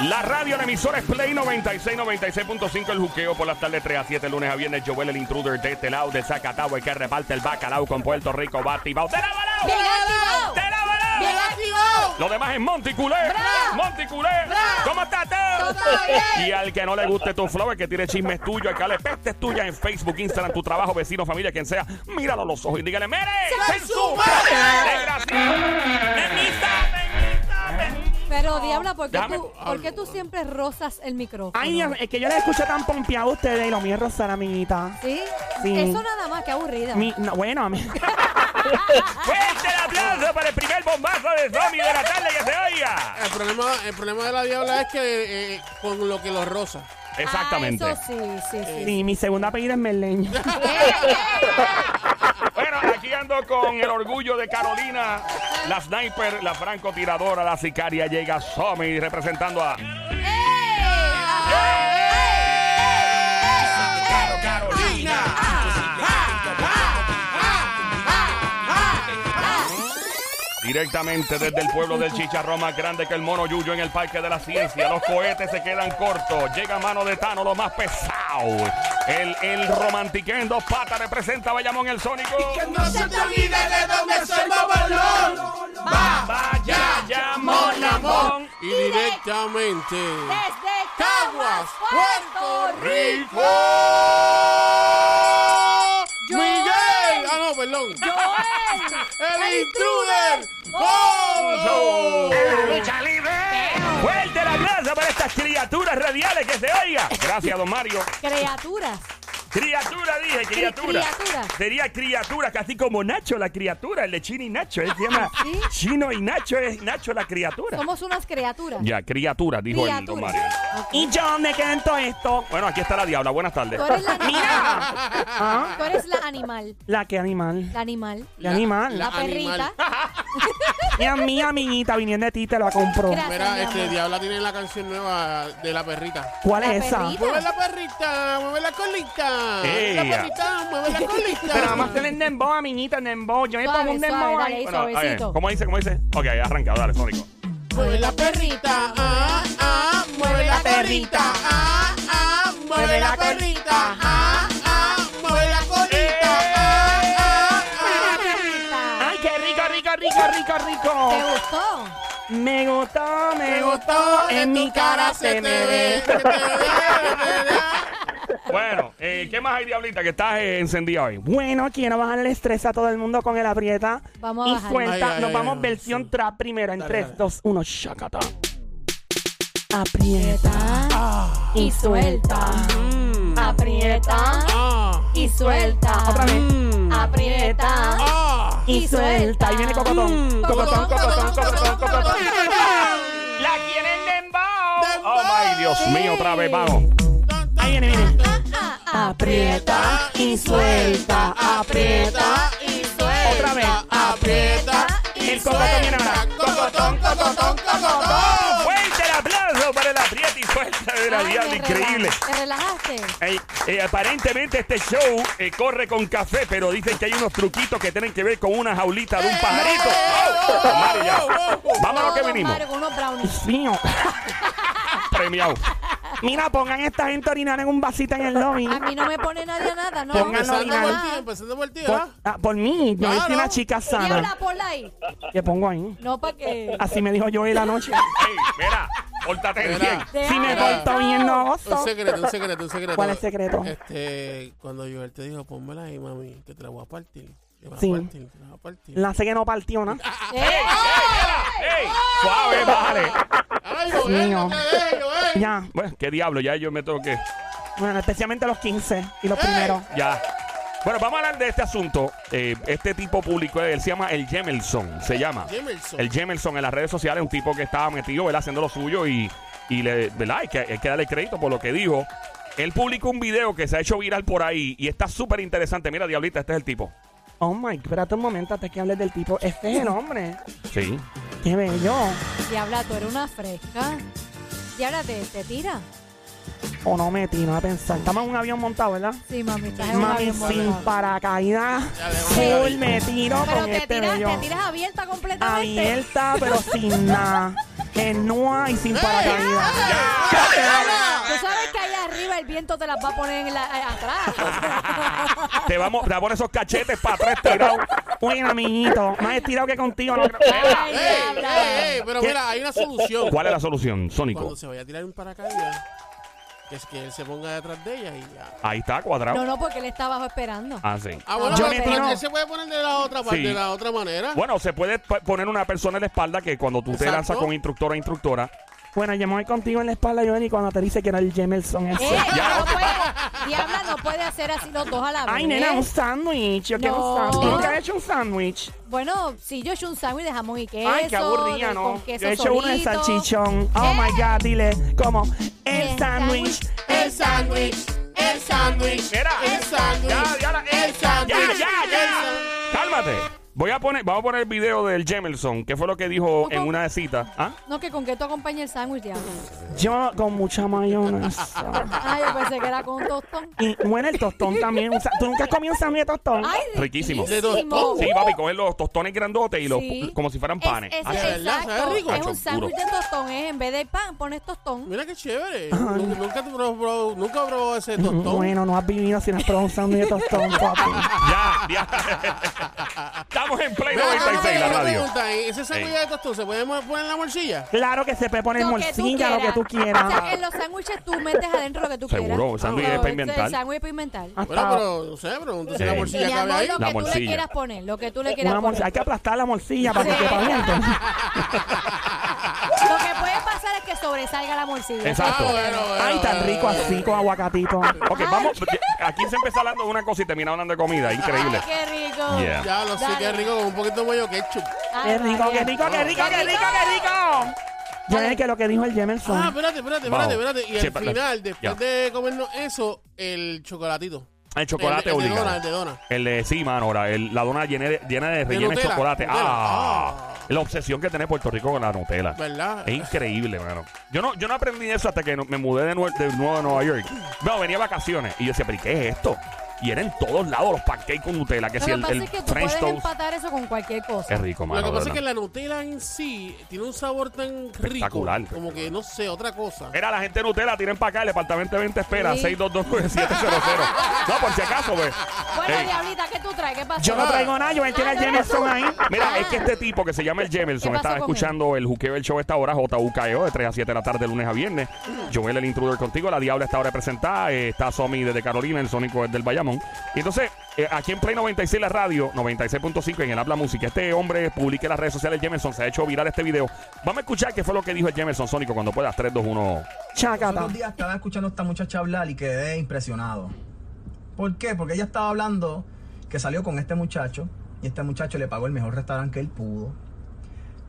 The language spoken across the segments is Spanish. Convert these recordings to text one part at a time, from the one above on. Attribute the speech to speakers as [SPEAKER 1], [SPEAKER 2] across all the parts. [SPEAKER 1] La radio, la emisora es Play 96, 96.5 El Juqueo por las tardes 3 a 7, lunes a viernes Joel el Intruder de este lado, de Zacatau El que reparte el bacalao con Puerto Rico Batibao, ¡Te la balao!
[SPEAKER 2] Bien activado.
[SPEAKER 1] ¡Te la balao!
[SPEAKER 2] Bien activado.
[SPEAKER 1] Lo demás es Monticulé.
[SPEAKER 2] Bra.
[SPEAKER 1] Monticulé.
[SPEAKER 2] Bra.
[SPEAKER 1] ¿Cómo estás? tú?
[SPEAKER 2] Todo bien.
[SPEAKER 1] Y al que no le guste tu flow, el que tiene chismes tuyos, el que le pestes tuyas en Facebook, Instagram, tu trabajo, vecino, familia, quien sea, míralo a los ojos y dígale, ¡Mere!
[SPEAKER 2] ¡Se su madre!
[SPEAKER 1] ¡Desgraciado! ¡Bendita, bendita, bendita!
[SPEAKER 3] Pero, Diabla, ¿por qué,
[SPEAKER 1] Déjame-
[SPEAKER 3] tú, ¿por qué tú siempre rozas el micrófono?
[SPEAKER 4] Ay, es que yo les escucho tan pompeado a ustedes y lo mío es rozar, amiguita.
[SPEAKER 3] ¿Sí?
[SPEAKER 4] Sí.
[SPEAKER 3] Eso nada más, qué aburrida.
[SPEAKER 4] Mi- no, bueno, a mí.
[SPEAKER 1] ¡Fuerte el aplauso para el primer bombazo de zombie de la tarde que se oiga!
[SPEAKER 5] El problema, el problema de la diabla es que eh, con lo que los rosa.
[SPEAKER 1] Exactamente.
[SPEAKER 3] Ah, eso sí, sí, sí. Eh,
[SPEAKER 4] Sí, mi segunda apellido es Merleño.
[SPEAKER 1] Bueno, aquí ando con el orgullo de Carolina, la sniper, la francotiradora, la sicaria, llega Somi representando a... Directamente desde el pueblo del chicharrón más grande que el mono Yuyo en el Parque de la Ciencia. Los cohetes se quedan cortos. Llega mano de Tano, lo más pesado. El, el romantiquén en dos patas representa a Bayamón el Sónico.
[SPEAKER 6] No se te olvide de dónde soy, Bobolón.
[SPEAKER 1] Bayamón, Amón.
[SPEAKER 5] Y directamente.
[SPEAKER 2] Desde
[SPEAKER 5] Caguas, Puerto Rico. Miguel. Ah, no, perdón. El intruder.
[SPEAKER 2] Oh.
[SPEAKER 5] Oh. Gonzo.
[SPEAKER 1] ¡Lucha libre! ¡Fuerte la plaza para estas criaturas radiales que se oiga! Gracias, don Mario.
[SPEAKER 3] Criaturas.
[SPEAKER 1] Criatura, dije, criatura.
[SPEAKER 3] criatura.
[SPEAKER 1] Sería criatura, casi como Nacho, la criatura, el de Chino y Nacho. Él se llama
[SPEAKER 3] ¿Sí?
[SPEAKER 1] Chino y Nacho, es Nacho la criatura.
[SPEAKER 3] Somos unas criaturas.
[SPEAKER 1] Ya, criatura, dijo el don
[SPEAKER 3] criaturas.
[SPEAKER 1] Mario.
[SPEAKER 4] ¿Y yo dónde canto esto?
[SPEAKER 1] Bueno, aquí está la diabla. Buenas tardes.
[SPEAKER 3] Tú eres la animal.
[SPEAKER 4] ¿Ah?
[SPEAKER 3] Tú eres la animal.
[SPEAKER 4] La que animal.
[SPEAKER 3] La animal.
[SPEAKER 4] La animal.
[SPEAKER 3] La,
[SPEAKER 5] La
[SPEAKER 3] perrita.
[SPEAKER 5] animal.
[SPEAKER 4] Mira, mi amiguita viniendo de ti te la compro.
[SPEAKER 3] Gracias.
[SPEAKER 5] Mira,
[SPEAKER 3] mi
[SPEAKER 5] este
[SPEAKER 3] amor.
[SPEAKER 5] Diabla tiene la canción nueva de la perrita.
[SPEAKER 4] ¿Cuál
[SPEAKER 3] La
[SPEAKER 4] es esa?
[SPEAKER 3] perrita.
[SPEAKER 5] Mueve la perrita, mueve la colita.
[SPEAKER 1] Ey.
[SPEAKER 5] La perrita, mueve la colita.
[SPEAKER 4] Pero vamos a hacer el dembow, amiguita, el dembow. Yo me
[SPEAKER 3] Suave,
[SPEAKER 4] pongo un
[SPEAKER 3] suave,
[SPEAKER 4] dembow
[SPEAKER 3] dale,
[SPEAKER 4] ahí.
[SPEAKER 3] ahí.
[SPEAKER 1] Bueno,
[SPEAKER 3] suavecito.
[SPEAKER 1] está bien. ¿Cómo dice? ¿Cómo dice? Ok, arranca, dale, Sónico.
[SPEAKER 5] Mueve la perrita, ah, ah, mueve la perrita, ah, ah, mueve la perrita, ah, ah, mueve la colita, ah, ah, ah.
[SPEAKER 3] Perrita.
[SPEAKER 4] Ay, qué rico, rico, rico, rico,
[SPEAKER 3] ¿Te
[SPEAKER 4] rico.
[SPEAKER 3] gustó?
[SPEAKER 4] Me gustó, me
[SPEAKER 5] Me
[SPEAKER 4] gustó.
[SPEAKER 5] gustó,
[SPEAKER 4] En mi cara se me
[SPEAKER 5] se te
[SPEAKER 4] ve.
[SPEAKER 5] ve,
[SPEAKER 1] Bueno, eh, ¿qué más hay, diablita? Que estás eh, encendida hoy.
[SPEAKER 4] Bueno, quiero bajar el estrés a todo el mundo con el aprieta.
[SPEAKER 3] Vamos a
[SPEAKER 4] y
[SPEAKER 3] bajar.
[SPEAKER 4] suelta.
[SPEAKER 5] Ay, ay,
[SPEAKER 4] Nos
[SPEAKER 5] ay,
[SPEAKER 4] vamos
[SPEAKER 5] ay,
[SPEAKER 4] versión
[SPEAKER 5] sí.
[SPEAKER 4] trap primero. En
[SPEAKER 5] Dale,
[SPEAKER 4] 3,
[SPEAKER 5] dale.
[SPEAKER 4] 2, 1, shakata. Aprieta
[SPEAKER 3] Aprieta y suelta.
[SPEAKER 4] Mm.
[SPEAKER 3] Aprieta
[SPEAKER 5] ah,
[SPEAKER 3] y suelta.
[SPEAKER 4] Otra vez.
[SPEAKER 5] Mm.
[SPEAKER 3] Aprieta
[SPEAKER 5] ah.
[SPEAKER 4] Y suelta. Ahí viene cocotón.
[SPEAKER 5] Mm.
[SPEAKER 4] Cocotón, cocotón, cocotón, cocotón.
[SPEAKER 1] ¡La quieren dembow!
[SPEAKER 5] Dembow.
[SPEAKER 1] ¡Oh, my Dios mío! Otra vez, vamos.
[SPEAKER 4] Ahí viene, viene.
[SPEAKER 3] Aprieta
[SPEAKER 5] y suelta, aprieta
[SPEAKER 3] y
[SPEAKER 4] Otra vez.
[SPEAKER 5] Aprieta y
[SPEAKER 4] El cocotón viene ahora.
[SPEAKER 5] suelta. Cocotón, cocotón, cocotón.
[SPEAKER 1] ¡Fuerte el aplauso para el apriete y suelta de la diabla! ¡Increíble!
[SPEAKER 3] ¿Te relajaste?
[SPEAKER 1] Ey, eh, aparentemente este show eh, corre con café, pero dicen que hay unos truquitos que tienen que ver con una jaulita de un pajarito.
[SPEAKER 5] eh,
[SPEAKER 1] ¡Oh! Mario, ya.
[SPEAKER 5] eh, eh, eh,
[SPEAKER 1] Vamos a lo que
[SPEAKER 3] Todo
[SPEAKER 1] venimos.
[SPEAKER 3] Mario, con unos brownies.
[SPEAKER 4] Dios mío.
[SPEAKER 1] Premiado.
[SPEAKER 4] Mira, pongan esta gente a orinar en un vasito en el lobby.
[SPEAKER 3] A mí no me pone nadie a nada, ¿no?
[SPEAKER 4] Pónganlo
[SPEAKER 5] Empezando
[SPEAKER 4] original.
[SPEAKER 5] por ti,
[SPEAKER 3] Ajá.
[SPEAKER 5] empezando por ti,
[SPEAKER 4] Por,
[SPEAKER 5] ¿verdad?
[SPEAKER 4] ah, por mí, yo soy
[SPEAKER 5] Claro.
[SPEAKER 4] una chica sana.
[SPEAKER 3] Diabla, ponla ahí.
[SPEAKER 4] Le pongo ahí.
[SPEAKER 3] No, para que...
[SPEAKER 4] Así me dijo yo hoy la noche.
[SPEAKER 1] Ey, mira, pórtate
[SPEAKER 5] Mira.
[SPEAKER 1] bien.
[SPEAKER 4] Si me
[SPEAKER 3] Diabla,
[SPEAKER 4] porto bien, no gozo.
[SPEAKER 5] Un secreto, un secreto, un secreto.
[SPEAKER 4] ¿Cuál es secreto?
[SPEAKER 5] Este, cuando Joel te dijo, pónmela ahí, mami, que te la voy a partir. Te la
[SPEAKER 4] Sí.
[SPEAKER 5] voy a partir, te la voy a partir.
[SPEAKER 4] La sé que no partió, ¿no?
[SPEAKER 1] ¡Ey,
[SPEAKER 3] ¡Eh!
[SPEAKER 1] ey, ey! ¡Suave, bájale!
[SPEAKER 5] Ay, Joel,
[SPEAKER 4] mío.
[SPEAKER 5] no te dejes, Joel.
[SPEAKER 4] Ya.
[SPEAKER 1] Bueno, qué diablo, ya yo me tengo que...
[SPEAKER 4] Bueno, especialmente los 15 y los
[SPEAKER 5] ¡Ey!
[SPEAKER 4] primeros.
[SPEAKER 1] Ya. Bueno, vamos a hablar de este asunto. Eh, este tipo público, él se llama el Jemelson, se llama.
[SPEAKER 5] Jemelson.
[SPEAKER 1] El Jemelson en las redes sociales, un tipo que estaba metido, él haciendo lo suyo y, y le, ¿verdad? Hay que, hay que darle crédito por lo que dijo. Él publicó un video que se ha hecho viral por ahí y está súper interesante. Mira, Diablita, este es el tipo.
[SPEAKER 4] Oh my, espérate un momento antes que hables del tipo. Este es el hombre.
[SPEAKER 1] Sí.
[SPEAKER 4] Qué bello.
[SPEAKER 3] eh. Diabla, tú eres una fresca. Diabla, te, te tira.
[SPEAKER 4] O Oh, no me tiro a pensar. Estamos en un avión montado, ¿verdad?
[SPEAKER 3] Sí, mami, estás en un
[SPEAKER 4] Mami,
[SPEAKER 3] avión
[SPEAKER 4] sin
[SPEAKER 3] volado.
[SPEAKER 4] paracaídas.
[SPEAKER 5] Ya le vamos a
[SPEAKER 4] Full
[SPEAKER 5] dar.
[SPEAKER 4] me tiro
[SPEAKER 3] Pero
[SPEAKER 4] con
[SPEAKER 3] te
[SPEAKER 4] este
[SPEAKER 3] tiras,
[SPEAKER 4] bello.
[SPEAKER 3] te tiras abierta completamente.
[SPEAKER 4] Abierta, pero sin nada. en NUA y sin paracaídas.
[SPEAKER 3] Tú sabes que allá arriba el viento te las va a poner en la- eh, atrás.
[SPEAKER 1] Te vamos, te vamos a poner esos cachetes para atrás tirados.
[SPEAKER 4] Bueno, amiguito, más estirado que contigo. No creo.
[SPEAKER 3] Ay,
[SPEAKER 5] ¡Ey!
[SPEAKER 3] diabla.
[SPEAKER 5] ey, ey, Pero mira, hay una solución.
[SPEAKER 1] ¿Cuál es la solución,
[SPEAKER 5] Cuando
[SPEAKER 1] Sónico?
[SPEAKER 5] se vaya a tirar un paracaídas, que es que él se ponga detrás de ella y ya.
[SPEAKER 1] Ahí está, cuadrado.
[SPEAKER 3] No, no, porque él está abajo esperando.
[SPEAKER 1] Ah, sí.
[SPEAKER 5] Ah, bueno,
[SPEAKER 4] Yo
[SPEAKER 5] pero,
[SPEAKER 4] me
[SPEAKER 5] pero
[SPEAKER 4] tiro.
[SPEAKER 5] él se puede poner de la otra parte,
[SPEAKER 1] Sí.
[SPEAKER 5] de la otra manera.
[SPEAKER 1] Bueno, se puede p- poner una persona en la espalda que cuando tú te
[SPEAKER 5] Exacto.
[SPEAKER 1] lanzas con instructora instructora.
[SPEAKER 4] Bueno, yo me voy contigo en la espalda, Joel, y cuando te dice que era el Jemelson
[SPEAKER 3] Eh,
[SPEAKER 4] ese.
[SPEAKER 3] no puede, diabla no puede hacer así los dos a la vez.
[SPEAKER 4] Ay, nena, un sándwich. Yo quiero un
[SPEAKER 3] No.
[SPEAKER 4] sándwich. ¿Nunca has hecho un sándwich?
[SPEAKER 3] Bueno, si yo he hecho un sándwich de jamón y queso.
[SPEAKER 4] Ay, qué aburrida,
[SPEAKER 3] de-
[SPEAKER 4] ¿no?
[SPEAKER 3] Con queso
[SPEAKER 4] Yo he hecho uno de
[SPEAKER 3] solito. Eh.
[SPEAKER 4] salchichón. Oh, my God, dile. ¿Cómo? El
[SPEAKER 3] El
[SPEAKER 4] sándwich.
[SPEAKER 5] El sándwich, el sándwich,
[SPEAKER 1] Mira.
[SPEAKER 5] el sándwich,
[SPEAKER 1] Ya, ya, ya.
[SPEAKER 5] el sándwich.
[SPEAKER 1] Ya, ya,
[SPEAKER 5] el
[SPEAKER 1] ya.
[SPEAKER 5] sándwich.
[SPEAKER 1] Cálmate. Voy a poner, vamos a poner el video del Jemelson, que fue lo que dijo en
[SPEAKER 3] Ujú.
[SPEAKER 1] una cita. ¿Ah?
[SPEAKER 3] No, que con qué tú acompañas el sándwich, diabla.
[SPEAKER 4] Yo con mucha mayonesa.
[SPEAKER 3] Ay, yo pensé que era con un tostón.
[SPEAKER 4] Y bueno, el tostón también. O sea, ¿Tú nunca has comido un sándwich de tostón?
[SPEAKER 3] Ay,
[SPEAKER 1] Riquísimo.
[SPEAKER 5] De tostón.
[SPEAKER 1] Sí, papi, coger los tostones grandotes y los
[SPEAKER 3] Sí.
[SPEAKER 1] como si fueran
[SPEAKER 3] Es-
[SPEAKER 1] panes.
[SPEAKER 3] es-
[SPEAKER 1] Ah,
[SPEAKER 5] de verdad,
[SPEAKER 3] exacto.
[SPEAKER 5] sabe rico.
[SPEAKER 3] Es un
[SPEAKER 1] Chacho,
[SPEAKER 3] sándwich de
[SPEAKER 1] duro.
[SPEAKER 3] tostón, es en vez de pan, pones tostón.
[SPEAKER 5] Mira qué chévere. Nun- Nunca te probó, probó- nunca probó ese tostón.
[SPEAKER 4] Bueno, no has vivido sin has probado un sándwich de tostón, papi.
[SPEAKER 1] Ya, ya. Estamos en Play
[SPEAKER 5] Mira, una
[SPEAKER 1] 96, la radio.
[SPEAKER 5] pregunta, ¿eh? ¿Ese sándwich de tostón se puede mo- poner en la morcilla?
[SPEAKER 4] Claro que se puede poner
[SPEAKER 3] Lo que tú
[SPEAKER 4] morcilla, lo que tú quieras.
[SPEAKER 3] O sea, en los sándwiches tú metes adentro lo que tú quieras.
[SPEAKER 1] Seguro, un sándwich
[SPEAKER 3] Ah,
[SPEAKER 1] es pimental.
[SPEAKER 3] El sándwich es pimental.
[SPEAKER 5] Bueno,
[SPEAKER 4] Hasta
[SPEAKER 5] pero no sé, pregunto si
[SPEAKER 1] Sí.
[SPEAKER 5] la
[SPEAKER 3] Mi
[SPEAKER 5] morcilla cabe
[SPEAKER 3] amor,
[SPEAKER 5] ahí.
[SPEAKER 3] lo
[SPEAKER 1] La
[SPEAKER 3] que tú
[SPEAKER 1] morcilla.
[SPEAKER 3] le quieras poner, lo que tú le quieras
[SPEAKER 4] una
[SPEAKER 3] poner.
[SPEAKER 4] morcilla. Hay que aplastar la morcilla para que
[SPEAKER 3] Sí.
[SPEAKER 4] quepa bien.
[SPEAKER 3] Lo que puede pasar es que sobresalga la morcilla.
[SPEAKER 1] Exacto.
[SPEAKER 5] Ah, bueno, bueno,
[SPEAKER 4] Ay, tan
[SPEAKER 5] bueno,
[SPEAKER 4] rico
[SPEAKER 5] bueno.
[SPEAKER 4] así con aguacatito.
[SPEAKER 1] Ok, vamos. Aquí se empieza hablando de una cosa y termina hablando de comida. Increíble.
[SPEAKER 3] Ay, qué rico.
[SPEAKER 1] Yeah.
[SPEAKER 5] Ya lo sé,
[SPEAKER 3] Dale.
[SPEAKER 5] qué rico, con un poquito de mayo ketchup.
[SPEAKER 3] Ay,
[SPEAKER 4] Qué rico,
[SPEAKER 3] María.
[SPEAKER 4] qué rico, qué rico, qué rico, qué rico. Yo sé que lo que dijo el
[SPEAKER 5] Ah,
[SPEAKER 4] Jemelson.
[SPEAKER 5] espérate, espérate,
[SPEAKER 1] Vamos.
[SPEAKER 5] espérate, espérate. Y
[SPEAKER 1] Sí,
[SPEAKER 5] al
[SPEAKER 1] pa- la-
[SPEAKER 5] final, después
[SPEAKER 1] ya.
[SPEAKER 5] de comernos eso, el chocolatito.
[SPEAKER 1] El chocolate
[SPEAKER 5] el, el de
[SPEAKER 1] obligado.
[SPEAKER 5] dona, el de dona.
[SPEAKER 1] El de sí, mano, ahora. el- la dona llena de, llena de relleno de,
[SPEAKER 5] Nutella,
[SPEAKER 1] chocolate.
[SPEAKER 5] Nutella.
[SPEAKER 1] Ah,
[SPEAKER 5] Ah.
[SPEAKER 1] La obsesión que tiene Puerto Rico con la Nutella.
[SPEAKER 5] ¿Verdad?
[SPEAKER 1] Es increíble, mano. Yo no, yo no aprendí eso hasta que no- me mudé de, nue- de nuevo a Nueva York. Bueno, venía a vacaciones y yo decía, pero ¿y ¿qué es esto? Y eran en todos lados los pancakes con Nutella, que
[SPEAKER 3] Lo
[SPEAKER 1] si
[SPEAKER 3] que
[SPEAKER 1] el,
[SPEAKER 3] pasa
[SPEAKER 1] el
[SPEAKER 3] es que tú
[SPEAKER 1] French
[SPEAKER 3] puedes
[SPEAKER 1] toast.
[SPEAKER 3] empatar eso con cualquier cosa.
[SPEAKER 1] Es rico,
[SPEAKER 5] Lo
[SPEAKER 1] mano.
[SPEAKER 5] que pasa
[SPEAKER 1] de
[SPEAKER 5] es que
[SPEAKER 1] verdad.
[SPEAKER 5] la Nutella en sí tiene un sabor tan rico.
[SPEAKER 1] Espectacular. Eh,
[SPEAKER 5] Como que, no sé, otra cosa.
[SPEAKER 1] Mira, la gente de Nutella, tiren para acá, el departamento 20 espera,
[SPEAKER 3] Sí.
[SPEAKER 1] 6229700. No, por si acaso, pues. ve.
[SPEAKER 3] Bueno,
[SPEAKER 1] Ey.
[SPEAKER 3] Diablita, ¿qué tú traes? ¿Qué pasó?
[SPEAKER 4] Yo no traigo nada, yo tiene
[SPEAKER 3] Ah,
[SPEAKER 4] el
[SPEAKER 3] no eres tú.
[SPEAKER 4] Jemelson ahí.
[SPEAKER 1] Mira,
[SPEAKER 3] Ah.
[SPEAKER 1] es que este tipo que se llama el Jemelson
[SPEAKER 3] ¿Qué pasó
[SPEAKER 1] estaba
[SPEAKER 3] con él?
[SPEAKER 1] escuchando el juqueo del show a esta hora, JUKEO, E de 3 a 7 de la tarde, de lunes a viernes. Joel, el intruder contigo, la Diabla está ahora presentada, eh, está Somi desde Carolina, el Sónico es del Bayamón. Y entonces, eh, aquí en Play 96, la radio, 96.5, en el Habla Música, este hombre publica en las redes sociales el Jemelson, se ha hecho viral este video. Vamos a escuchar qué fue lo que dijo el Jemelson, Sónico, cuando puedas, 3, 2, 1.
[SPEAKER 7] Los
[SPEAKER 4] Chacata.
[SPEAKER 7] otros días estaba escuchando a esta muchacha hablar y quedé impresionado. ¿Por qué? Porque ella estaba hablando que salió con este muchacho y este muchacho le pagó el mejor restaurante que él pudo,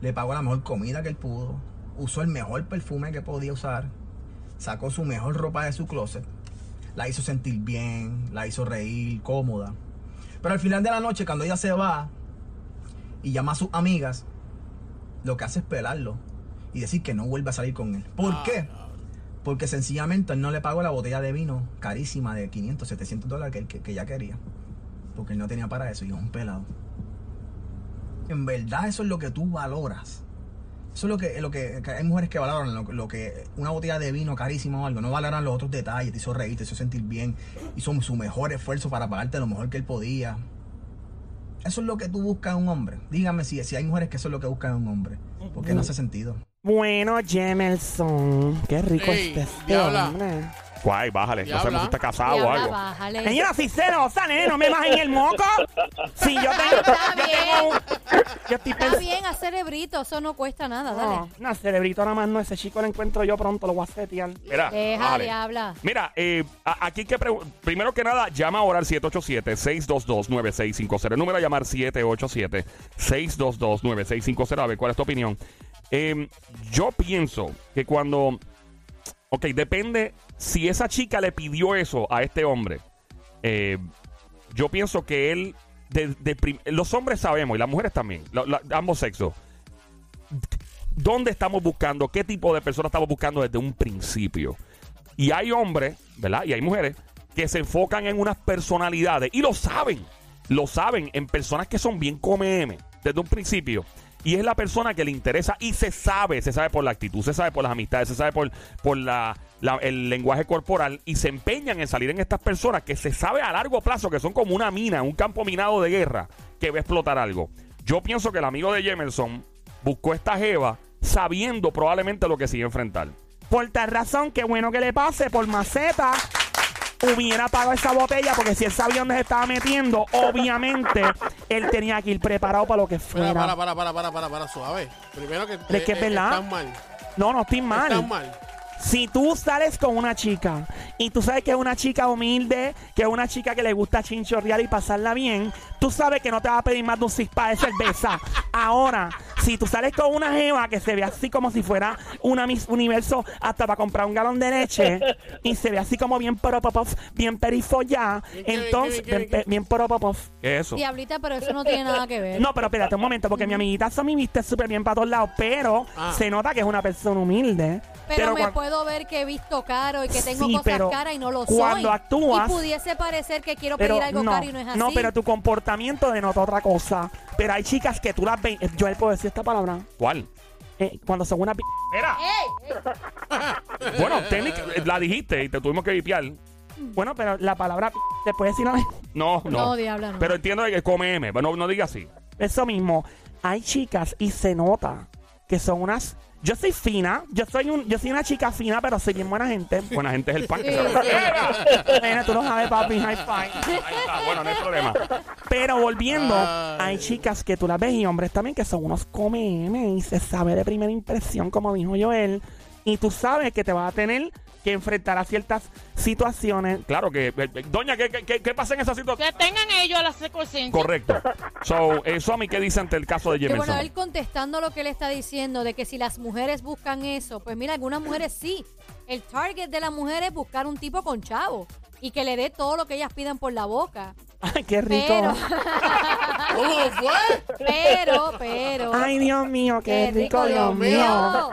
[SPEAKER 7] le pagó la mejor comida que él pudo, usó el mejor perfume que podía usar, sacó su mejor ropa de su closet, la hizo sentir bien, la hizo reír, cómoda. Pero al final de la noche, cuando ella se va y llama a sus amigas, lo que hace es pelarlo y decir que no vuelve a salir con él. ¿Por qué? Porque sencillamente él no le pagó la botella de vino carísima de 500, 700 dólares que, él- que, que ella quería. Porque él no tenía para eso y es un pelado. En verdad eso es lo que tú valoras. Eso es lo que, lo que, que hay mujeres que valoran, lo, lo que una botella de vino carísima o algo, no valoran los otros detalles, te hizo reír, te hizo sentir bien, hizo su mejor esfuerzo para pagarte lo mejor que él podía. Eso es lo que tú buscas en un hombre. Dígame si, si hay mujeres que eso es lo que buscan en un hombre. Porque no hace sentido.
[SPEAKER 4] Bueno, Jemelson. Qué rico
[SPEAKER 5] Ey,
[SPEAKER 4] este este
[SPEAKER 5] diabla.
[SPEAKER 4] hombre.
[SPEAKER 1] Guay, bájale, no
[SPEAKER 5] Diabla.
[SPEAKER 1] sabemos si está casado o
[SPEAKER 3] Diabla,
[SPEAKER 1] algo.
[SPEAKER 3] bájale.
[SPEAKER 4] Señora, si celosa, nene, no me en el moco. Si yo tengo.
[SPEAKER 3] Está
[SPEAKER 4] yo
[SPEAKER 3] bien.
[SPEAKER 4] tengo un- Yo estoy
[SPEAKER 3] Está
[SPEAKER 4] pensando.
[SPEAKER 3] bien, a cerebrito, eso no cuesta nada,
[SPEAKER 4] No,
[SPEAKER 3] dale.
[SPEAKER 4] no, cerebrito nada más no. Ese chico lo encuentro yo pronto, lo voy a setear.
[SPEAKER 1] Mira,
[SPEAKER 3] Deja,
[SPEAKER 1] bájale.
[SPEAKER 3] diabla.
[SPEAKER 1] Mira, eh, a- aquí hay que pregu- primero que nada, llama ahora al 787-622-9650. El número a llamar 787-622-9650. A ver, ¿cuál es tu opinión? Eh, yo pienso que cuando... Ok, depende si esa chica le pidió eso a este hombre. eh, yo pienso que él... de- de prim- los hombres sabemos y las mujeres también, la- la- ambos sexos. ¿Dónde estamos buscando? ¿Qué tipo de persona estamos buscando desde un principio? Y hay hombres, ¿verdad? Y hay mujeres que se enfocan en unas personalidades y lo saben. Lo saben en personas que son bien come M em, desde un principio. y es la persona que le interesa y se sabe, se sabe por la actitud, se sabe por las amistades, se sabe por, por la, la- el lenguaje corporal y se empeñan en salir en estas personas que se sabe a largo plazo que son como una mina, un campo minado de guerra que va a explotar algo. Yo pienso que el amigo de Jemerson buscó esta jeva sabiendo probablemente lo que se iba a enfrentar.
[SPEAKER 4] Por tal razón, qué bueno que le pase por maceta. Hubiera pagado esa botella porque si él sabía dónde se estaba metiendo, obviamente él tenía que ir preparado para lo que fuera.
[SPEAKER 5] Espera, para, para, para, para, para, para, suave. Primero que,
[SPEAKER 4] Es que es verdad.
[SPEAKER 5] están mal.
[SPEAKER 4] No, no estoy mal.
[SPEAKER 5] Están mal.
[SPEAKER 4] Si tú sales con una chica y tú sabes que es una chica humilde, que es una chica que le gusta chinchorrear y pasarla bien, tú sabes que no te va a pedir más de un cispa de cerveza. Ahora, si tú sales con una jeva que se ve así como si fuera una Miss Universo hasta para comprar un galón de leche y se ve así como bien poropopov, bien perifollá,
[SPEAKER 5] Bien que-
[SPEAKER 4] entonces,
[SPEAKER 5] que- que-
[SPEAKER 4] bien,
[SPEAKER 5] que- Eh.
[SPEAKER 4] pe- bien poropopov.
[SPEAKER 1] ¿Qué es eso?
[SPEAKER 3] Diablita, pero eso no tiene nada que ver.
[SPEAKER 4] No, pero espérate un momento, porque mi amiguita Somi viste súper bien para todos lados, pero
[SPEAKER 5] Ah.
[SPEAKER 4] se nota que es una persona humilde.
[SPEAKER 3] Pero, me
[SPEAKER 4] cuan-
[SPEAKER 3] puedo ver que he visto caro y que tengo
[SPEAKER 4] Sí,
[SPEAKER 3] cosas
[SPEAKER 4] pero
[SPEAKER 3] caras y no lo
[SPEAKER 4] cuando
[SPEAKER 3] soy.
[SPEAKER 4] actúas-
[SPEAKER 3] y pudiese parecer que quiero pedir algo
[SPEAKER 4] no,
[SPEAKER 3] caro y no es así.
[SPEAKER 4] No, pero tu comportamiento denota otra cosa. Pero hay chicas que tú las ves. eh, Yo le puedo decir esta palabra.
[SPEAKER 1] ¿Cuál?
[SPEAKER 4] eh, cuando son una p.
[SPEAKER 1] Mira,
[SPEAKER 3] ¡Ey!
[SPEAKER 1] bueno, técnica, la dijiste y te tuvimos que vipiar.
[SPEAKER 4] Bueno, pero la palabra p. Te puede decir una vez.
[SPEAKER 1] No, no.
[SPEAKER 3] No, diabla, no.
[SPEAKER 1] Pero entiendo que come M, pero no, no diga así.
[SPEAKER 4] Eso mismo. Hay chicas y se nota que son unas. Yo soy fina. Yo soy un, yo soy una chica fina, pero soy bien buena gente.
[SPEAKER 1] Buena gente es el pan. que
[SPEAKER 3] Sí.
[SPEAKER 1] se lo- ¡Era!
[SPEAKER 4] Nena, tú lo sabes, papi. High five.
[SPEAKER 1] Ahí está, bueno, no hay problema.
[SPEAKER 4] Pero volviendo,
[SPEAKER 5] Ay.
[SPEAKER 4] hay chicas que tú las ves y hombres también que son unos come M y se sabe de primera impresión, como dijo Joel. Y tú sabes que te vas a tener que enfrentar a ciertas situaciones.
[SPEAKER 1] Claro que. eh, eh, Doña, ¿qué, qué- qué, qué pasa en esa situación?
[SPEAKER 8] Que tengan ellos la secuencia.
[SPEAKER 1] Correcto. So, eh, Suami, ¿qué dice ante el caso de
[SPEAKER 3] Que bueno,
[SPEAKER 1] Jemerson?
[SPEAKER 3] él contestando lo que él está diciendo de que si las mujeres buscan eso, pues mira, algunas mujeres sí. El target de la mujer es buscar un tipo con chavo y que le dé todo lo que ellas pidan por la boca.
[SPEAKER 4] Ay, qué rico.
[SPEAKER 3] Pero,
[SPEAKER 5] ¿Cómo fue?
[SPEAKER 3] pero, pero.
[SPEAKER 4] Ay, Dios mío, qué, rico, Dios mío.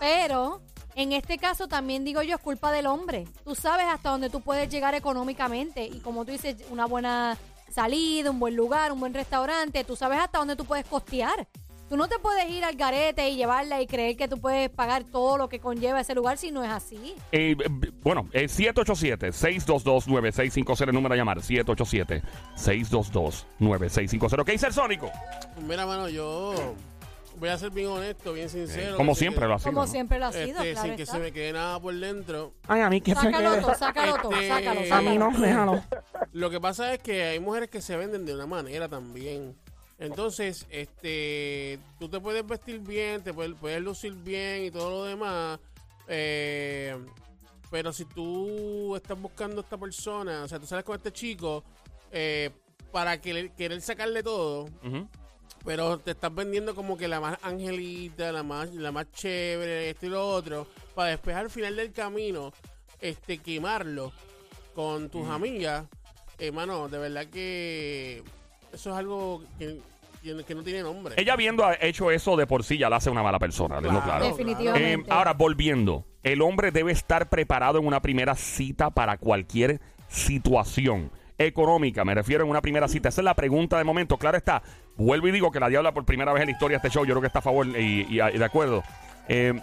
[SPEAKER 3] Pero en este caso también digo yo es culpa del hombre. Tú sabes hasta dónde tú puedes llegar económicamente y como tú dices, una buena salida, un buen lugar, un buen restaurante, tú sabes hasta dónde tú puedes costear. Tú no te puedes ir al garete y llevarla y creer que tú puedes pagar todo lo que conlleva ese lugar si no es así.
[SPEAKER 1] Eh, eh, bueno, eh, 787-622-9650, el número a llamar. 787-622-9650. ¿Qué dice el Sónico?
[SPEAKER 5] Mira, mano, yo voy a ser bien honesto, bien sincero.
[SPEAKER 1] Como
[SPEAKER 5] así que-
[SPEAKER 1] siempre lo ha sido.
[SPEAKER 3] como
[SPEAKER 1] ¿no?
[SPEAKER 3] siempre lo ha sido,
[SPEAKER 5] Este,
[SPEAKER 3] claro
[SPEAKER 5] sin que
[SPEAKER 3] está.
[SPEAKER 5] se me quede nada por dentro.
[SPEAKER 4] Ay, a mí qué se
[SPEAKER 3] Sácalo
[SPEAKER 4] quede.
[SPEAKER 3] todo, sácalo todo,
[SPEAKER 5] Este,
[SPEAKER 3] sácalo,
[SPEAKER 4] A mí no,
[SPEAKER 3] sácalo.
[SPEAKER 4] déjalo.
[SPEAKER 5] Lo que pasa es que hay mujeres que se venden de una manera también. Entonces, este, tú te puedes vestir bien, te puedes, puedes lucir bien y todo lo demás. eh, pero si tú estás buscando a esta persona, o sea, tú sales con este chico eh, para que le- querer sacarle todo,
[SPEAKER 1] Ujú.
[SPEAKER 5] pero te estás vendiendo como que la más angelita, la más, la más chévere, esto y lo otro, para después al final del camino, este, quemarlo con
[SPEAKER 1] Mm.
[SPEAKER 5] tus amigas, hermano, de verdad que eso es algo que, que- que no tiene nombre.
[SPEAKER 1] Ella habiendo hecho eso de por sí ya la hace una mala persona. es lo claro.
[SPEAKER 3] Definitivamente.
[SPEAKER 1] Eh, ahora, volviendo. El hombre debe estar preparado en una primera cita para cualquier situación económica. Me refiero en una primera cita. Esa es la pregunta de momento. Claro está. Vuelvo y digo que la diabla por primera vez en la historia de este show. Yo creo que está a favor y, y- y de acuerdo. Eh,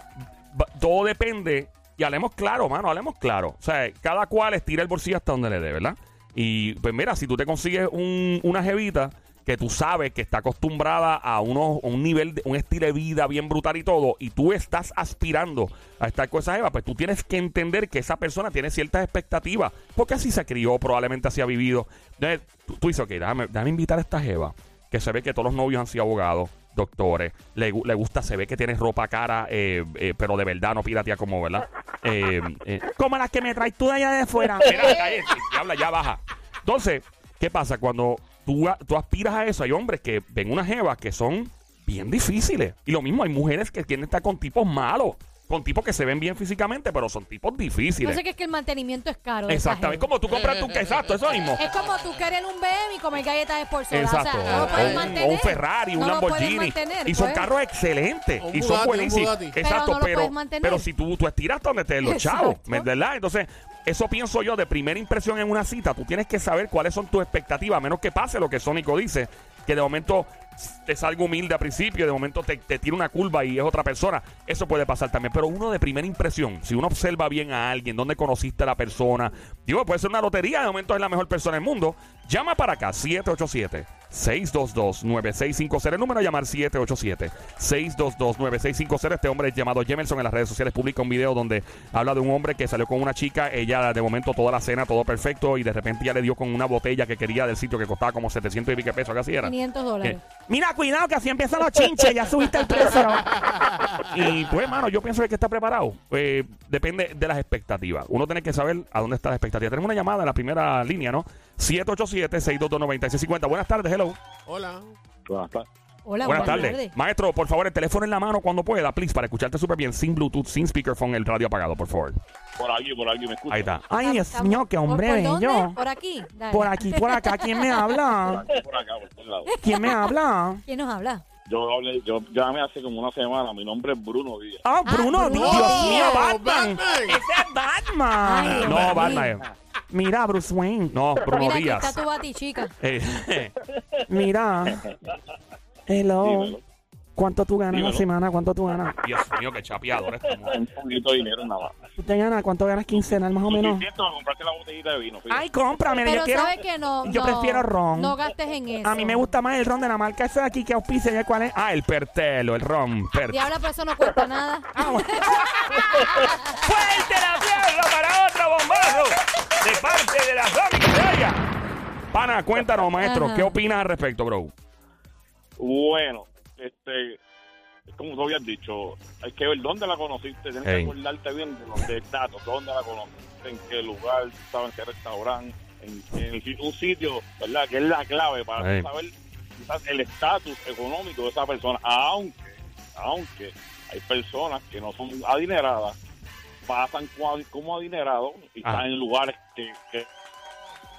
[SPEAKER 1] va- todo depende. Y hablemos claro, mano. Hablemos claro. O sea, cada cual estira el bolsillo hasta donde le dé, ¿verdad? Y pues mira, si tú te consigues un- una jevita que tú sabes que está acostumbrada a unos, un nivel, de- un estilo de vida bien brutal y todo, y tú estás aspirando a estar con esa jeva, pues tú tienes que entender que esa persona tiene ciertas expectativas, porque así se crió, probablemente así ha vivido. Entonces, tú, tú dices, ok, déjame, déjame invitar a esta jeva, que se ve que todos los novios han sido abogados, doctores, le, gu- le gusta, se ve que tiene ropa cara, eh, eh, pero de verdad no piratía como, ¿verdad? Eh, eh,
[SPEAKER 4] Como las que me traes tú de allá de fuera.
[SPEAKER 1] Mira, cállate, diabla, ya baja. Entonces, ¿qué pasa? Cuando tú, a- tú aspiras a eso, hay hombres que ven unas jevas que son bien difíciles. Y lo mismo, hay mujeres que quieren estar con tipos malos, con tipos que se ven bien físicamente, pero son tipos
[SPEAKER 3] Yo
[SPEAKER 1] difíciles.
[SPEAKER 3] sé que es que el mantenimiento es caro. de esa
[SPEAKER 1] Exactamente,
[SPEAKER 3] gente.
[SPEAKER 1] como tú compras tu exacto, eso mismo.
[SPEAKER 3] Es como tú querer un BM y comer galletas de por soda.
[SPEAKER 1] Exacto,
[SPEAKER 3] O, sea, no lo
[SPEAKER 1] o
[SPEAKER 3] puedes
[SPEAKER 1] un- o,
[SPEAKER 3] mantener.
[SPEAKER 1] un, Ferrari,
[SPEAKER 3] No
[SPEAKER 1] un
[SPEAKER 3] lo puedes
[SPEAKER 1] Lamborghini.
[SPEAKER 3] mantener,
[SPEAKER 1] y son
[SPEAKER 3] pues.
[SPEAKER 1] carros excelentes.
[SPEAKER 5] O un
[SPEAKER 1] y son
[SPEAKER 5] Bugatti, un
[SPEAKER 1] buenísimos.
[SPEAKER 5] Bugatti.
[SPEAKER 1] Exacto,
[SPEAKER 3] Pero no lo
[SPEAKER 1] pero,
[SPEAKER 3] puedes mantener.
[SPEAKER 1] pero si tú, tú estiras donde te los chavos,
[SPEAKER 3] Exacto.
[SPEAKER 1] ¿me- ¿verdad? Entonces, eso pienso yo de primera impresión en una cita. Tú tienes que saber cuáles son tus expectativas, a menos que pase lo que Sónico dice, que de momento te salga humilde al principio, de momento te, te tira una curva y es otra persona. Eso puede pasar también. Pero uno de primera impresión, si uno observa bien a alguien, dónde conociste a la persona, digo, puede ser una lotería, de momento es la mejor persona del mundo. Llama para acá, 787-622-9650. El número a llamar 787-622-9650. Este hombre llamado Jemerson en las redes sociales publica un video donde habla de un hombre que salió con una chica. Ella, de momento, toda la cena, todo perfecto. Y de repente ya le dio con una botella que quería del sitio que costaba como 700 y pico de pesos. ¿Qué así era?
[SPEAKER 3] 500 dólares.
[SPEAKER 1] Que-
[SPEAKER 4] Mira, cuidado, que así empiezan los chinches. Ya subiste el precio.
[SPEAKER 1] Y pues, mano, yo pienso que el que está preparado. eh, depende de las expectativas. Uno tiene que saber a dónde está la expectativa. Tenemos una llamada en la primera línea, ¿no? 787-622-9650. Buenas tardes, hello.
[SPEAKER 5] Hola.
[SPEAKER 3] Hola,
[SPEAKER 1] Buenas tardes. Maestro, por favor, el teléfono en la mano cuando pueda, please, para escucharte súper bien, sin Bluetooth, sin speakerphone, el radio apagado, por favor.
[SPEAKER 9] Por aquí, por aquí, me escucha.
[SPEAKER 1] Ahí está.
[SPEAKER 4] Ay, Dios
[SPEAKER 3] Estamos-
[SPEAKER 4] mío, qué hombre
[SPEAKER 3] ¿Por, por
[SPEAKER 4] bello.
[SPEAKER 3] dónde? Por aquí. Dale.
[SPEAKER 4] Por aquí, por acá. ¿Quién me habla?
[SPEAKER 9] Por acá, por todos lados.
[SPEAKER 4] ¿Quién me habla?
[SPEAKER 3] ¿Quién nos habla?
[SPEAKER 9] Yo hablé, yo llamé hace como una semana. Mi nombre es Bruno Díaz.
[SPEAKER 4] Ah,
[SPEAKER 3] Ah,
[SPEAKER 4] Bruno,
[SPEAKER 3] Bruno.
[SPEAKER 4] Dios mío,
[SPEAKER 5] Oh,
[SPEAKER 4] Batman.
[SPEAKER 5] Batman.
[SPEAKER 1] Eh.
[SPEAKER 4] Ese es Batman.
[SPEAKER 3] Ay, Dios mío.
[SPEAKER 1] No, Batman.
[SPEAKER 4] Mira, Bruce Wayne.
[SPEAKER 1] No, Bruno
[SPEAKER 3] Mira, aquí está
[SPEAKER 1] Díaz.
[SPEAKER 3] tu batichica.
[SPEAKER 1] Eh,
[SPEAKER 4] Mira. Hello. Oh.
[SPEAKER 9] Dímelo.
[SPEAKER 4] ¿Cuánto tú ganas la
[SPEAKER 9] Dímelo.
[SPEAKER 4] semana? ¿Cuánto tú ganas?
[SPEAKER 1] Dios mío, qué chapeador estamos.
[SPEAKER 9] Un poquito de dinero nada más.
[SPEAKER 4] ¿Tú te ganas? ¿Cuánto ganas quincenal más o menos?
[SPEAKER 9] Suficiente para comprarte la botellita de vino. fíjate.
[SPEAKER 4] Ay, cómprame.
[SPEAKER 3] Pero
[SPEAKER 4] yo quiero.
[SPEAKER 3] sabes que no. no,
[SPEAKER 4] yo prefiero ron.
[SPEAKER 3] No gastes en eso.
[SPEAKER 4] A mí me gusta más el ron de la marca esa de aquí que auspicia. ¿ya ¿Cuál es?
[SPEAKER 1] Ah, el pertelo, el rom, per-
[SPEAKER 3] Diabla, pero eso no cuesta nada.
[SPEAKER 4] Ah, bueno.
[SPEAKER 1] ¡Fuerte la pierna para otro bombazo! De parte de la Rami Pana, cuéntanos, maestro,
[SPEAKER 3] Ajá.
[SPEAKER 1] ¿qué opinas al respecto, bro?
[SPEAKER 9] Bueno, este, como tú habías dicho, hay que ver dónde la conociste. Tienes
[SPEAKER 1] Ey.
[SPEAKER 9] que acordarte bien de los de datos, dónde la conociste, en qué lugar, sabes, en qué restaurante, en, en un sitio, ¿verdad? Que es la clave para tú
[SPEAKER 1] Ey.
[SPEAKER 9] saber quizás el estatus económico de esa persona. Aunque, aunque hay personas que no son adineradas, pasan cua- como adinerados y
[SPEAKER 1] Ajá.
[SPEAKER 9] están en lugares que, que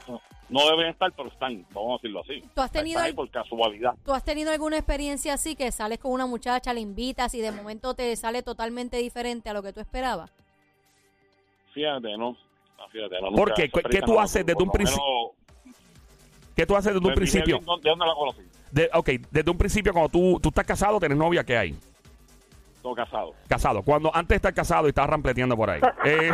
[SPEAKER 9] no- no deben estar, pero están, vamos a decirlo así.
[SPEAKER 3] ¿Tú has tenido
[SPEAKER 9] Están ahí
[SPEAKER 3] el-
[SPEAKER 9] por casualidad.
[SPEAKER 3] ¿Tú has tenido alguna experiencia así que sales con una muchacha, la invitas y de momento te sale totalmente diferente a lo que tú esperabas?
[SPEAKER 9] Fíjate, no. No, fíjate, no,
[SPEAKER 1] ¿Por
[SPEAKER 9] nunca
[SPEAKER 1] qué? ¿Qué-
[SPEAKER 9] esa
[SPEAKER 1] qué
[SPEAKER 9] experiencia
[SPEAKER 1] tú
[SPEAKER 9] no la
[SPEAKER 1] haces
[SPEAKER 9] tuve,
[SPEAKER 1] desde un
[SPEAKER 9] por lo
[SPEAKER 1] princi-
[SPEAKER 9] menos
[SPEAKER 1] ¿Qué tú haces desde
[SPEAKER 9] me
[SPEAKER 1] un
[SPEAKER 9] fijé
[SPEAKER 1] principio?
[SPEAKER 9] bien dónde- ¿De dónde la conocí?
[SPEAKER 1] De- ok, desde un principio, cuando tú, tú estás casado, tienes novia, ¿qué hay?
[SPEAKER 9] Todo casado.
[SPEAKER 1] Casado. Cuando antes de estar casado y estabas rampleteando por ahí. Eh,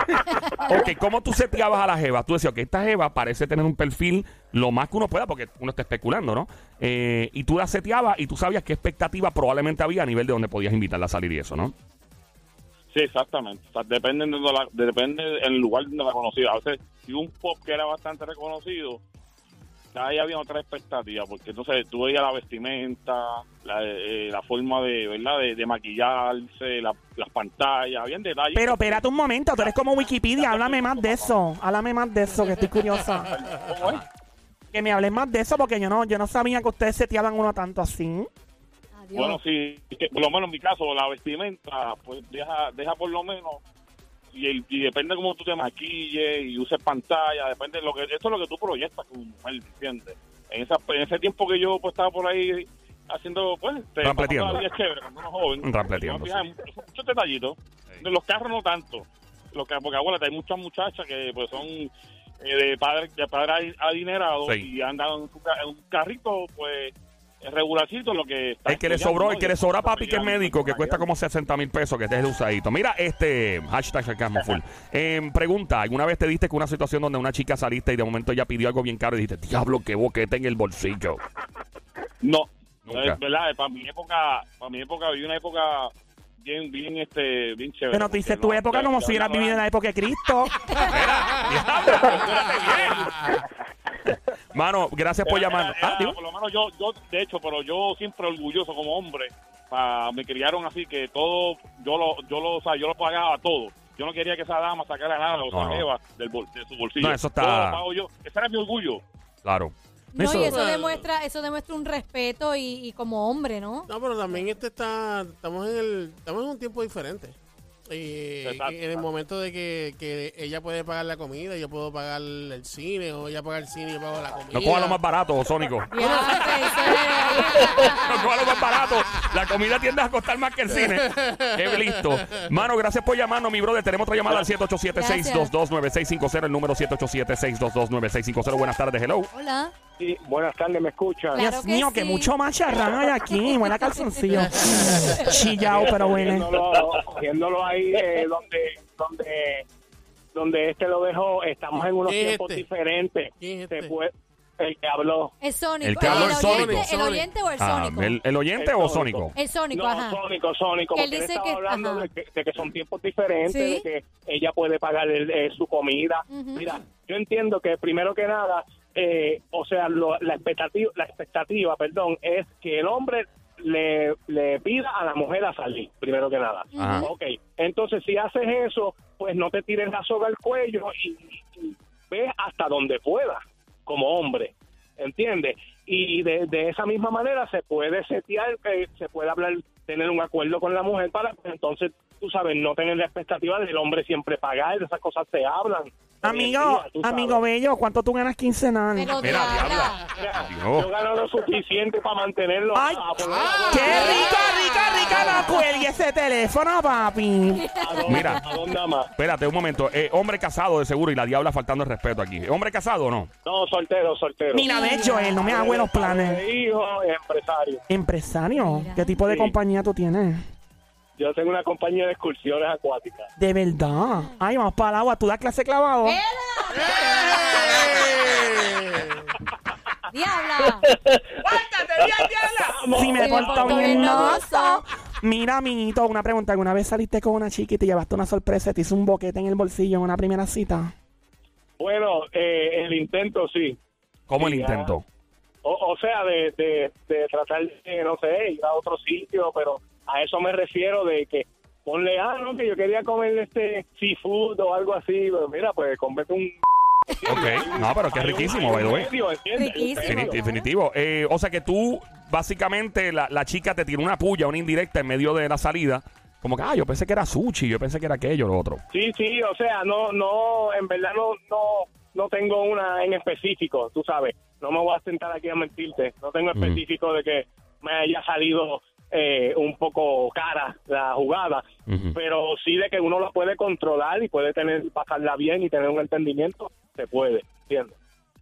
[SPEAKER 1] ok, ¿cómo tú seteabas a la jeva? Tú decías, ok, esta jeva parece tener un perfil lo más que uno pueda, porque uno está especulando, ¿no? Eh, y tú la seteabas y tú sabías qué expectativa probablemente había a nivel de donde podías invitarla a salir y eso, ¿no?
[SPEAKER 9] Sí, exactamente. O sea, depende, de donde la- depende del lugar donde la conocí. A veces, si un pop que era bastante reconocido, ahí había otra expectativa, porque entonces tú veías la vestimenta, la, eh, la forma de, ¿verdad? De, de maquillarse, la- las pantallas, habían detalles.
[SPEAKER 4] Pero espérate un momento, tú eres como Wikipedia, háblame más de eso, háblame más de eso, que estoy curiosa.
[SPEAKER 9] ¿Cómo es?
[SPEAKER 4] Que me hables más de eso porque yo no, yo no sabía que ustedes seteaban uno tanto así.
[SPEAKER 3] Adiós.
[SPEAKER 9] Bueno, sí, que por lo menos en mi caso, la vestimenta, pues deja, deja por lo menos, y, el- y depende cómo tú te maquilles y uses pantalla, depende de lo que, esto es lo que tú proyectas como mujer, ¿me ¿entiendes? En, esa, en ese tiempo que yo pues, estaba por ahí haciendo, pues, este,
[SPEAKER 1] Rampleteando.
[SPEAKER 9] pasando la vida chévere cuando era joven.
[SPEAKER 1] Rampleteando,
[SPEAKER 9] yo me fijaba en Muchos detallitos, de los carros no tanto, los carros, porque abuela, hay muchas muchachas que pues son... eh, de padres de padres adinerados
[SPEAKER 1] Sí.
[SPEAKER 9] y andan en un, ca- en un carrito pues regularcito lo que
[SPEAKER 1] El que le sobró, el que le sobra a papi que es médico, que cuesta como 60 mil pesos, que te es de usadito. Mira, este hashtag sarcasmo full. Em, pregunta, ¿alguna vez te diste con una situación donde una chica saliste y de momento ella pidió algo bien caro y dijiste, diablo, qué boquete en el bolsillo?
[SPEAKER 9] No,
[SPEAKER 1] Nunca.
[SPEAKER 9] es verdad, para mi época, para mi época viví una época bien, bien, este, bien chévere.
[SPEAKER 4] Pero tú dices
[SPEAKER 9] porque
[SPEAKER 4] tu
[SPEAKER 9] no,
[SPEAKER 4] época
[SPEAKER 9] ya-
[SPEAKER 4] como
[SPEAKER 9] ya
[SPEAKER 4] si hubieras
[SPEAKER 9] hablaba-
[SPEAKER 4] vivido en la época de Cristo.
[SPEAKER 1] Mano, gracias por
[SPEAKER 9] Era-
[SPEAKER 1] llamarnos.
[SPEAKER 9] era-
[SPEAKER 1] Ah, dime.
[SPEAKER 9] por lo menos yo, yo, de hecho, pero yo siempre orgulloso como hombre, pa- me criaron así que todo, yo lo, yo lo, o sea, yo lo pagaba todo. Yo no quería que esa dama sacara nada, o
[SPEAKER 1] No,
[SPEAKER 9] sea,
[SPEAKER 1] no.
[SPEAKER 9] jeva del bol- de su bolsillo.
[SPEAKER 1] No, eso está-
[SPEAKER 9] Todo lo pago yo. Ese era mi orgullo.
[SPEAKER 1] Claro.
[SPEAKER 3] No,
[SPEAKER 4] Eso-
[SPEAKER 3] y eso demuestra, eso demuestra un respeto y, y como hombre, ¿no?
[SPEAKER 5] No, pero también este está, estamos en el, estamos en un tiempo diferente. Y
[SPEAKER 9] Exacto.
[SPEAKER 5] en el momento de que, que ella puede pagar la comida, yo puedo pagar el cine, o ella paga el cine y yo pago la comida.
[SPEAKER 1] No coja lo más barato, Sónico.
[SPEAKER 3] Ya, sí,
[SPEAKER 1] No coja lo más barato. La comida tiende a costar más que el cine. Es listo. Mano, gracias por llamarnos, mi brother. Tenemos otra llamada al 787-622-9650. El número 787-622-9650. Buenas tardes, hello.
[SPEAKER 3] sí. Hola.
[SPEAKER 10] Sí, buenas tardes, ¿me escuchan?
[SPEAKER 3] Claro
[SPEAKER 4] Dios
[SPEAKER 3] que
[SPEAKER 4] mío, que
[SPEAKER 3] sí.
[SPEAKER 4] mucho macharrán hay aquí. Buena calzoncillo. Chillao, pero bueno.
[SPEAKER 10] Viéndolo, viéndolo ahí eh, donde, donde, donde este lo dejó, estamos en unos
[SPEAKER 5] ¿Quién es
[SPEAKER 10] tiempos
[SPEAKER 5] este?
[SPEAKER 10] diferentes.
[SPEAKER 5] ¿Quién es
[SPEAKER 10] Se
[SPEAKER 5] este?
[SPEAKER 10] puede- el que habló.
[SPEAKER 3] El sónico.
[SPEAKER 1] El que habló el sónico.
[SPEAKER 3] oyente, el
[SPEAKER 5] Sónico.
[SPEAKER 3] oyente o el
[SPEAKER 1] Ah,
[SPEAKER 3] sónico.
[SPEAKER 1] ¿el, el oyente o Sónico?
[SPEAKER 10] Sónico.
[SPEAKER 3] El sónico,
[SPEAKER 10] no,
[SPEAKER 3] ajá.
[SPEAKER 10] Sónico, Sónico,
[SPEAKER 3] Que
[SPEAKER 10] porque
[SPEAKER 3] él
[SPEAKER 10] él
[SPEAKER 3] dice
[SPEAKER 10] estaba
[SPEAKER 3] que-
[SPEAKER 10] hablando
[SPEAKER 3] ajá.
[SPEAKER 10] de que, de que son tiempos diferentes,
[SPEAKER 3] Sí.
[SPEAKER 10] de que ella puede pagar el- eh, su comida.
[SPEAKER 3] Ujú.
[SPEAKER 10] Mira, yo entiendo que primero que nada, eh, o sea, lo- la expectativa, la expectativa, perdón, es que el hombre le, le pida a la mujer a salir, primero que nada.
[SPEAKER 1] Ajá.
[SPEAKER 10] Ok, entonces si haces eso, pues no te tires la soga al cuello y, y ve hasta donde puedas como hombre, ¿entiendes? Y de, de esa misma manera se puede setear, eh, se puede hablar, tener un acuerdo con la mujer para pues, entonces, tú sabes, no tener la expectativa del hombre siempre pagar, de esas cosas se hablan. Hoy en
[SPEAKER 4] Amigo,
[SPEAKER 10] día, tú sabes.
[SPEAKER 4] amigo bello, ¿cuánto tú ganas quincenal?
[SPEAKER 3] Pero
[SPEAKER 1] Mira,
[SPEAKER 3] diabla.
[SPEAKER 1] diabla.
[SPEAKER 10] Mira,
[SPEAKER 1] Dios.
[SPEAKER 10] Yo gano lo suficiente para mantenerlo.
[SPEAKER 4] Ay, ah.
[SPEAKER 10] a- a poner-
[SPEAKER 4] ¡Qué rica, rica, rica la cuelgue ese teléfono, papi!
[SPEAKER 10] a dónde-
[SPEAKER 1] Mira.
[SPEAKER 10] a dónde más.
[SPEAKER 1] Espérate un momento. Eh, hombre casado de seguro y la diabla faltando el respeto aquí. ¿Hombre casado o no?
[SPEAKER 10] No, soltero, soltero.
[SPEAKER 4] Mira, de hecho, él no me hago buenos planes.
[SPEAKER 10] Hijo, empresario.
[SPEAKER 4] Empresario,
[SPEAKER 3] Mira.
[SPEAKER 4] ¿qué tipo de
[SPEAKER 10] Sí.
[SPEAKER 4] compañía tú tienes?
[SPEAKER 10] Yo tengo una compañía de excursiones acuáticas.
[SPEAKER 4] De verdad. Ay, vamos para el agua, tú das clase clavado.
[SPEAKER 5] ¡Eh!
[SPEAKER 3] Diabla.
[SPEAKER 4] Si me
[SPEAKER 3] Sí,
[SPEAKER 4] he portado
[SPEAKER 3] porto
[SPEAKER 4] bien,
[SPEAKER 3] bien
[SPEAKER 4] no.
[SPEAKER 3] hermoso.
[SPEAKER 4] Mira, amiguito, una pregunta. ¿Alguna vez saliste con una chica y te llevaste una sorpresa? ¿Te hizo un boquete en el bolsillo en una primera cita?
[SPEAKER 10] Bueno, eh, el intento sí.
[SPEAKER 1] ¿Cómo el
[SPEAKER 10] Sí, ya.
[SPEAKER 1] intento?
[SPEAKER 10] O, o sea, de, de, de tratar de, no sé, ir a otro sitio, pero a eso me refiero de que ponle, ah, no, que yo quería comer este seafood o algo así. Pero mira, pues cómete un...
[SPEAKER 1] Ok. No, pero que es
[SPEAKER 10] hay un- hay
[SPEAKER 1] riquísimo,
[SPEAKER 10] un
[SPEAKER 1] by the way.
[SPEAKER 10] medio, ¿entiendes?
[SPEAKER 3] Riquísimo.
[SPEAKER 1] Defini-
[SPEAKER 3] Claro.
[SPEAKER 1] Definitivo. Eh, o sea que tú, básicamente, la, la chica te tiró una puya, una indirecta en medio de la salida. Como que, ah, yo pensé que era sushi, yo pensé que era aquello, lo otro.
[SPEAKER 10] Sí, sí, o sea, no, no, en verdad no, no, no tengo una en específico, tú sabes. No me voy a sentar aquí a mentirte. No tengo
[SPEAKER 1] Ujú.
[SPEAKER 10] específico de que me haya salido eh, un poco cara la jugada,
[SPEAKER 1] Ujú.
[SPEAKER 10] pero sí de que uno la puede controlar y puede tener pasarla bien y tener un entendimiento, se puede, ¿entiendes?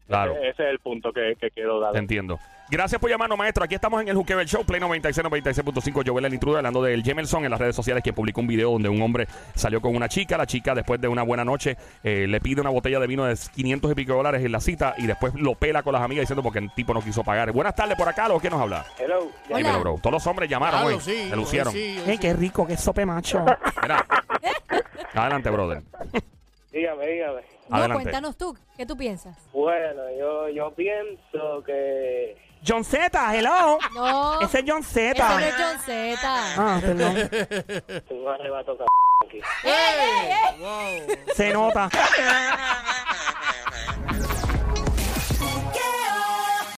[SPEAKER 1] Claro.
[SPEAKER 10] Ese, ese es el punto que, que quiero dar.
[SPEAKER 1] Te entiendo. Gracias por llamarnos, maestro. Aquí estamos en el Juquebel Show, Play 96, 96.5. Joel el intruder hablando del Jemelson en las redes sociales, que publicó un video donde un hombre salió con una chica. La chica, después de una buena noche, eh, le pide una botella de vino de 500 y pico dólares en la cita y después lo pela con las amigas diciendo porque el tipo no quiso pagar. Buenas tardes por acá, ¿lo que nos habla?
[SPEAKER 10] Hello.
[SPEAKER 3] Hola.
[SPEAKER 1] Dímelo, bro. Todos los hombres llamaron
[SPEAKER 5] Claro,
[SPEAKER 1] hoy.
[SPEAKER 5] Ah, sí,
[SPEAKER 1] se lucieron.
[SPEAKER 5] sí, sí.
[SPEAKER 4] ¡Ey, qué rico, qué sope macho!
[SPEAKER 1] Mira. Adelante, brother.
[SPEAKER 10] Dígame, dígame.
[SPEAKER 3] No,
[SPEAKER 1] Adelante.
[SPEAKER 3] cuéntanos tú. ¿Qué tú piensas?
[SPEAKER 10] Bueno, yo, yo pienso que...
[SPEAKER 4] John Z, hello.
[SPEAKER 3] No.
[SPEAKER 4] Ese es John Z.
[SPEAKER 3] Eso no es John Z.
[SPEAKER 4] Ah, perdón.
[SPEAKER 10] Tengo arrebato,
[SPEAKER 5] ¡Ey! ¡Wow!
[SPEAKER 4] Se nota.